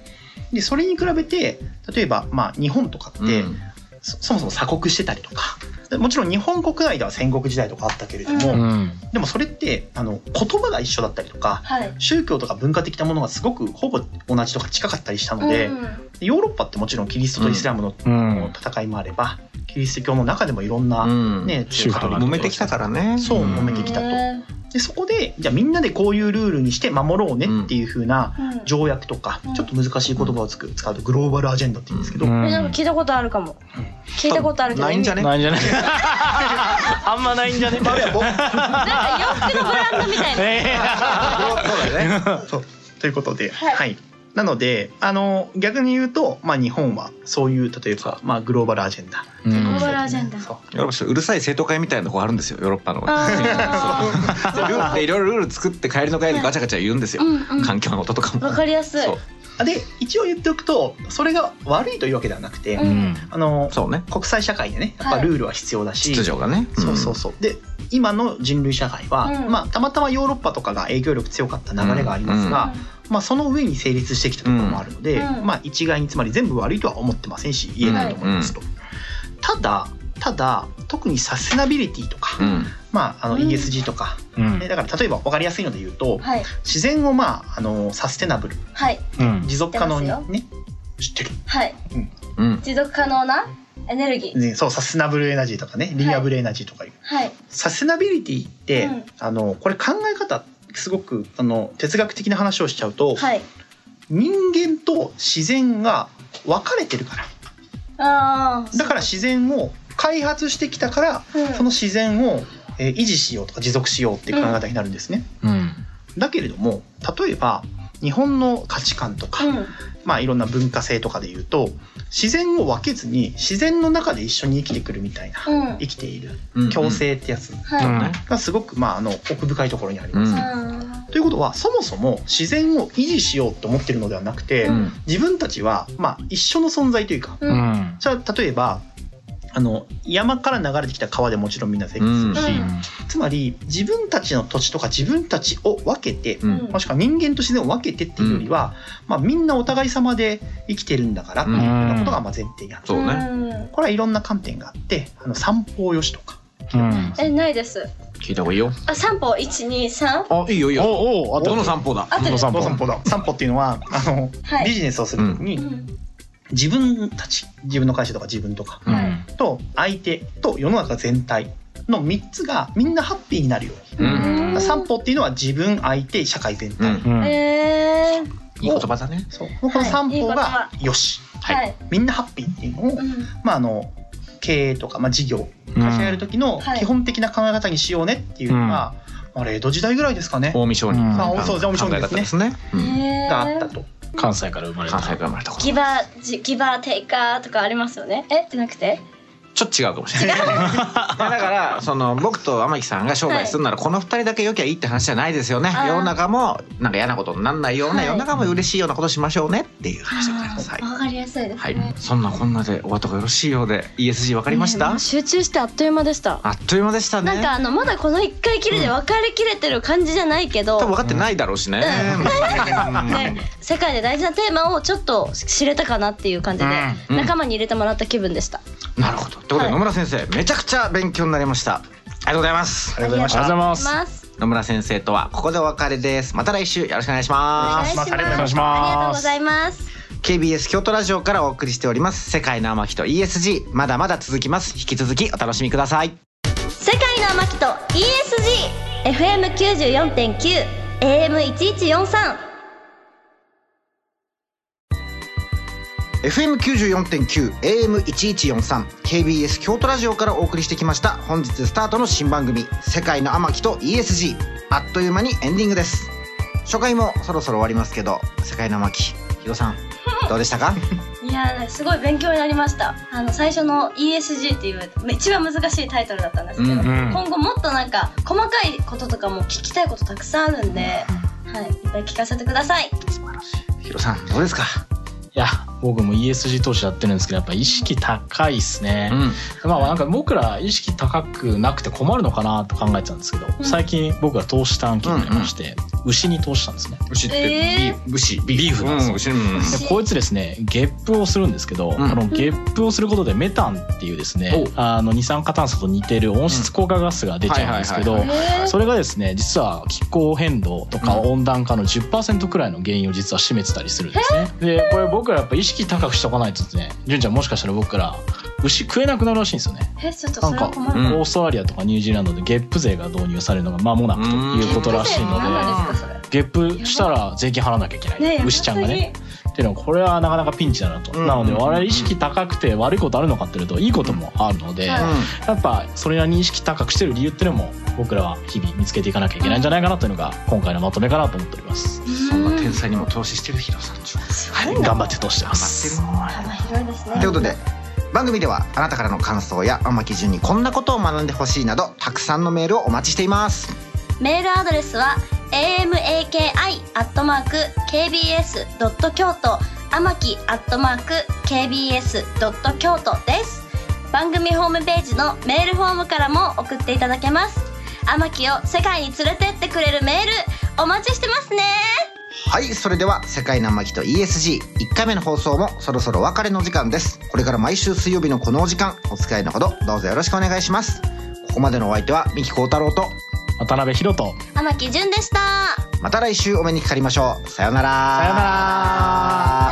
[SPEAKER 4] でそれに比べて例えば、まあ、日本とかっ
[SPEAKER 2] で、
[SPEAKER 4] て、そそもそも鎖国してたりとかでもちろん日本国内では戦国時代とかあったけれども、
[SPEAKER 1] うん
[SPEAKER 4] でもそれってあの言葉が一緒だったりとか
[SPEAKER 3] はい
[SPEAKER 4] 宗教とか文化的なものがすごくほぼ同じとか近かったりしたので、
[SPEAKER 3] うん
[SPEAKER 4] ヨーロッパってもちろんキリストとイスラムの
[SPEAKER 1] うん
[SPEAKER 4] 戦いもあれば、キリスト教の中でもいろんな、
[SPEAKER 2] ね
[SPEAKER 4] ね
[SPEAKER 1] 宗派が
[SPEAKER 2] 揉めてきたからね
[SPEAKER 4] そう
[SPEAKER 2] うん
[SPEAKER 4] 揉めてきたと。
[SPEAKER 3] ね
[SPEAKER 4] でそこでじゃあみんなでこういうルールにして守ろうねっていう風な
[SPEAKER 3] うん
[SPEAKER 4] 条約とか、
[SPEAKER 3] うん
[SPEAKER 4] ちょっと難しい言葉をつく使うとグローバルアジェンダって言うんですけど、
[SPEAKER 1] うん
[SPEAKER 3] えなんか聞いたことあるかも聞いたことあるけど
[SPEAKER 2] ないんじゃね
[SPEAKER 1] ないんじゃないあんまないんじゃね
[SPEAKER 3] なんか洋服のブランドみたいな
[SPEAKER 1] え
[SPEAKER 2] そうだね
[SPEAKER 4] そうということで、
[SPEAKER 3] は
[SPEAKER 4] はいいなのであの逆に言うと、まあ、日本はそういう例えば、まあ、グローバルアジェンダ
[SPEAKER 1] え
[SPEAKER 3] グローバルアジェンダ
[SPEAKER 4] そう
[SPEAKER 2] ヨーロッパちょっとうるさい生徒会みたいなとこあるんですよヨーロッパの
[SPEAKER 3] あ
[SPEAKER 2] ルールでいろいろルール作って帰りの会でガチャガチャ言うんです
[SPEAKER 3] ー
[SPEAKER 2] よ、
[SPEAKER 3] うんうん
[SPEAKER 2] 環境の音とかも
[SPEAKER 3] わかりやすい
[SPEAKER 2] そう
[SPEAKER 4] あで一応言っておくとそれが悪いというわけではなくて、
[SPEAKER 3] うん
[SPEAKER 4] あの
[SPEAKER 2] そうね
[SPEAKER 4] 国際社会でねやっ
[SPEAKER 3] は
[SPEAKER 4] ぱ
[SPEAKER 3] い
[SPEAKER 4] ルールは必要だし、
[SPEAKER 2] 秩序がね
[SPEAKER 4] そうそうそうで今の人類社会は、
[SPEAKER 3] うん
[SPEAKER 4] まあ、たまたまヨーロッパとかが影響力強かった流れがありますが、まあ、その上に成立してきたところもあるので、
[SPEAKER 3] うん
[SPEAKER 4] まあ、一概につまり全部悪いとは思ってませんし言えないと思いますと。ただただ特にサステナビリティとか、
[SPEAKER 2] うん
[SPEAKER 4] まあ、あの
[SPEAKER 3] うん
[SPEAKER 4] ESG とか、
[SPEAKER 1] うん
[SPEAKER 4] ねだから例えば分かりやすいので言うと
[SPEAKER 3] はい
[SPEAKER 4] 自然を、まあ、あのサステナブル
[SPEAKER 3] はい
[SPEAKER 1] うん
[SPEAKER 4] 持続可能に
[SPEAKER 3] 知ってま
[SPEAKER 4] ね知ってる、
[SPEAKER 3] はい
[SPEAKER 2] うん
[SPEAKER 3] 持続可能なエネルギー
[SPEAKER 4] ね、そうサステナブルエナジーとかねリニアブルエナジーとかいう、
[SPEAKER 3] はい
[SPEAKER 4] サステナビリティって、
[SPEAKER 3] うん
[SPEAKER 4] あのこれ考え方すごくあの哲学的な話をしちゃうと、
[SPEAKER 3] はい
[SPEAKER 4] 人間と自然が分かれてるから
[SPEAKER 3] ああ
[SPEAKER 4] だから自然を開発してきたから
[SPEAKER 3] うん
[SPEAKER 4] その自然を、えー維持しようとか持続しようっていう考え方になるんですね。
[SPEAKER 1] うん
[SPEAKER 4] だけれども例えば日本の価値観とか、
[SPEAKER 3] うん
[SPEAKER 4] まあ、いろんな文化性とかで言うと自然を分けずに自然の中で一緒に生きてくるみたいな、
[SPEAKER 3] うん
[SPEAKER 4] 生きている
[SPEAKER 2] うん
[SPEAKER 4] 共生ってやつ
[SPEAKER 3] はい
[SPEAKER 1] うん
[SPEAKER 4] がすごく、まあ、あの奥深いところにあります。
[SPEAKER 2] うん
[SPEAKER 3] あ
[SPEAKER 4] ということはそもそも自然を維持しようと思ってるのではなくて、
[SPEAKER 2] うん
[SPEAKER 4] 自分たちは、まあ、一緒の存在というか
[SPEAKER 3] ーう
[SPEAKER 1] うんん
[SPEAKER 4] じゃあ例えばあの山から流れてきた川でもちろんみんな生活するし、
[SPEAKER 3] うん
[SPEAKER 4] つまり自分たちの土地とか自分たちを分けて、
[SPEAKER 2] うん
[SPEAKER 4] もしくは人間と自然を分けてっていうよりは、まあ、みんなお互い様で生きてるんだからっていうようなことがまあ前提にある、
[SPEAKER 2] そうね
[SPEAKER 3] ね
[SPEAKER 4] これはいろんな観点があってあの散歩よしとか
[SPEAKER 1] うん
[SPEAKER 3] えないです
[SPEAKER 2] 聞いた方がいいよ
[SPEAKER 3] あ散歩一二三
[SPEAKER 2] あいいよいいよ
[SPEAKER 1] おおあ
[SPEAKER 2] どの散歩だ
[SPEAKER 3] あと
[SPEAKER 1] どの散
[SPEAKER 4] ど
[SPEAKER 1] 歩
[SPEAKER 4] う散歩だ散歩っていうのはあの、
[SPEAKER 3] はい
[SPEAKER 4] ビジネスをする時に、
[SPEAKER 3] うん
[SPEAKER 4] 自分たち自分の会社とか自分とか
[SPEAKER 1] うん
[SPEAKER 4] と相手と世の中全体の3つがみんなハッピーになるように
[SPEAKER 2] う
[SPEAKER 3] うんん
[SPEAKER 4] 散歩っていうのは自分相手社会全
[SPEAKER 2] う
[SPEAKER 4] 体、
[SPEAKER 2] ん
[SPEAKER 1] うん
[SPEAKER 3] えー
[SPEAKER 2] いい言葉だね
[SPEAKER 4] そうこの散歩がよし、、
[SPEAKER 3] はい
[SPEAKER 4] みんなハッピーっていうのを、
[SPEAKER 3] うん
[SPEAKER 4] まあ、あの経営とか、まあ、事業
[SPEAKER 1] うん
[SPEAKER 4] 会社やる時の
[SPEAKER 3] はい
[SPEAKER 4] 基本的な考え方にしようねっていうのが、あれ江戸時代ぐらいですかね、
[SPEAKER 2] 近江商人
[SPEAKER 1] うん
[SPEAKER 4] あそうそう近江商人
[SPEAKER 2] 考え方ですねうん
[SPEAKER 3] えー
[SPEAKER 4] があったと。
[SPEAKER 1] 関西から生まれ
[SPEAKER 2] 関
[SPEAKER 1] た
[SPEAKER 2] 西から生まれたこと
[SPEAKER 3] ギバージギバーテイカーとかありますよねえってなくて
[SPEAKER 2] ちょっと違うかもしれな いいやだからその僕と天木さんが商売するならこの二人だけ良きゃいいって話じゃないですよね
[SPEAKER 3] あー
[SPEAKER 2] 世の中もなんか嫌なことにならないよう
[SPEAKER 3] は
[SPEAKER 2] ない世の中も嬉しいようなことしましょうねっていう話でございますはい
[SPEAKER 3] わかりやすいです
[SPEAKER 2] はい
[SPEAKER 3] ね、
[SPEAKER 2] そんなこんなで終わったがよろしいようで ESG わか
[SPEAKER 3] あ
[SPEAKER 2] りました
[SPEAKER 3] 集中してあっという間でした
[SPEAKER 2] あっという間でしたね
[SPEAKER 3] なんかあのまだこの一回きりで分かりきれてる感じじゃないけど、
[SPEAKER 2] 多分分かってないだろうしね
[SPEAKER 3] ね、世界で大事なテーマをちょっと知れたかなっていう感じで、
[SPEAKER 2] うん
[SPEAKER 3] 仲間に入れてもらった気分でした、
[SPEAKER 2] なるほどということ
[SPEAKER 3] は
[SPEAKER 2] で
[SPEAKER 3] い
[SPEAKER 2] 野村先生めちゃくちゃ勉強になりましたありがとうございます
[SPEAKER 4] ありがとうございまし
[SPEAKER 1] ありがとうござい
[SPEAKER 4] た。
[SPEAKER 1] ます
[SPEAKER 3] ます
[SPEAKER 2] 野村先生とはここでお別れですまた来週よろしくお願いし
[SPEAKER 3] お
[SPEAKER 2] ます
[SPEAKER 3] 願いします
[SPEAKER 4] ありがとうご
[SPEAKER 1] ざいます
[SPEAKER 3] ありがとうございます
[SPEAKER 2] KBS 京都ラジオからお送りしております世界の天木と ESG まだまだ続きます引き続きお楽しみください
[SPEAKER 3] 世界の天木と ESGFM94.9 AM1143
[SPEAKER 2] FM94.9 AM1143 KBS 京都ラジオからお送りしてきました本日スタートの新番組世界の天木と ESG あっという間にエンディングです初回もそろそろ終わりますけど世界の天木ひろさんどうでしたか
[SPEAKER 3] いやーすごい勉強になりましたあの最初の ESG っていう一番難しいタイトルだったんですけど、
[SPEAKER 2] うん
[SPEAKER 1] うん
[SPEAKER 3] 今後もっとなんか細かいこととかも聞きたいことたくさんあるんで、はいいっぱい聞かせてください
[SPEAKER 2] ひろさんどうですか
[SPEAKER 4] い
[SPEAKER 1] や僕も ESG 投資やってるんですけどやっぱ意識高いっすね、
[SPEAKER 2] うん
[SPEAKER 1] まあなんか僕ら意識高くなくて困るのかなと考えてたんですけど、
[SPEAKER 3] ん
[SPEAKER 1] 最近僕が投資短期になりまして、牛に投資したんですね
[SPEAKER 2] 牛ってビー
[SPEAKER 3] え
[SPEAKER 2] フ牛ビ
[SPEAKER 1] ビーフなんです
[SPEAKER 2] よ、うん牛
[SPEAKER 1] でこいつですねゲップをするんですけど、
[SPEAKER 2] ん
[SPEAKER 1] あのゲップをすることでメタンっていうですね、あの二酸化炭素と似てる温室効果ガスが出ちゃうんですけ
[SPEAKER 2] うん
[SPEAKER 1] ど
[SPEAKER 2] はい
[SPEAKER 3] はいはいはい
[SPEAKER 1] それがですね実は気候変動とか
[SPEAKER 2] う
[SPEAKER 1] 温暖化の10%くらいの原因を実は占めてたりするんですね。でこれ僕らやっぱ意識高くしとかないとですね純ちゃんもしかしたら僕ら牛食えなくなるらしいんですよね。
[SPEAKER 3] えちょっと
[SPEAKER 1] なん
[SPEAKER 3] それは
[SPEAKER 1] か、
[SPEAKER 3] 困る
[SPEAKER 2] る
[SPEAKER 1] うんオーストラリアとかニュージーランドでゲップ税が導入されるのが間もなくということらしいの
[SPEAKER 3] ゲップ
[SPEAKER 1] で。
[SPEAKER 3] 税何なんですかそれ
[SPEAKER 1] ゲップしたら税金払わなきゃいけない、
[SPEAKER 3] ねえやば
[SPEAKER 1] 牛ちゃんがね。っていうのはこれはなかなかピンチだなと、
[SPEAKER 2] うん
[SPEAKER 1] なので我々意識高くて悪いことあるのかっていうといいこともあるので、
[SPEAKER 3] うん
[SPEAKER 1] やっぱそれなりに意識高くしてる理由っていうのも僕らは日々見つけていかなきゃいけないんじゃないかなというのが今回のまとめかなと思っております。
[SPEAKER 2] そんな天才にも投資してるヒロさんちょっ
[SPEAKER 1] はい、頑張ってとしてます。
[SPEAKER 3] 幅広いですね
[SPEAKER 2] とということで番組ではあなたからの感想や天木純にこんなことを学んでほしいなどたくさんのメールをお待ちしています
[SPEAKER 3] メールアドレスは amaki.kbs.kyoto 天木 .kbs.kyoto です番組ホームページのメールフォームからも送っていただけます天木を世界に連れてってくれるメールお待ちしてますね
[SPEAKER 2] はいそれでは「世界の天木と ESG」1回目の放送もそろそろお別れの時間ですこれから毎週水曜日のこのお時間お付き合いのほどどうぞよろしくお願いしますここまでのお相手は三木幸太郎と
[SPEAKER 1] 渡辺博人
[SPEAKER 3] 天木純でした
[SPEAKER 2] また来週お目にかかりましょうさようなら
[SPEAKER 1] さようなら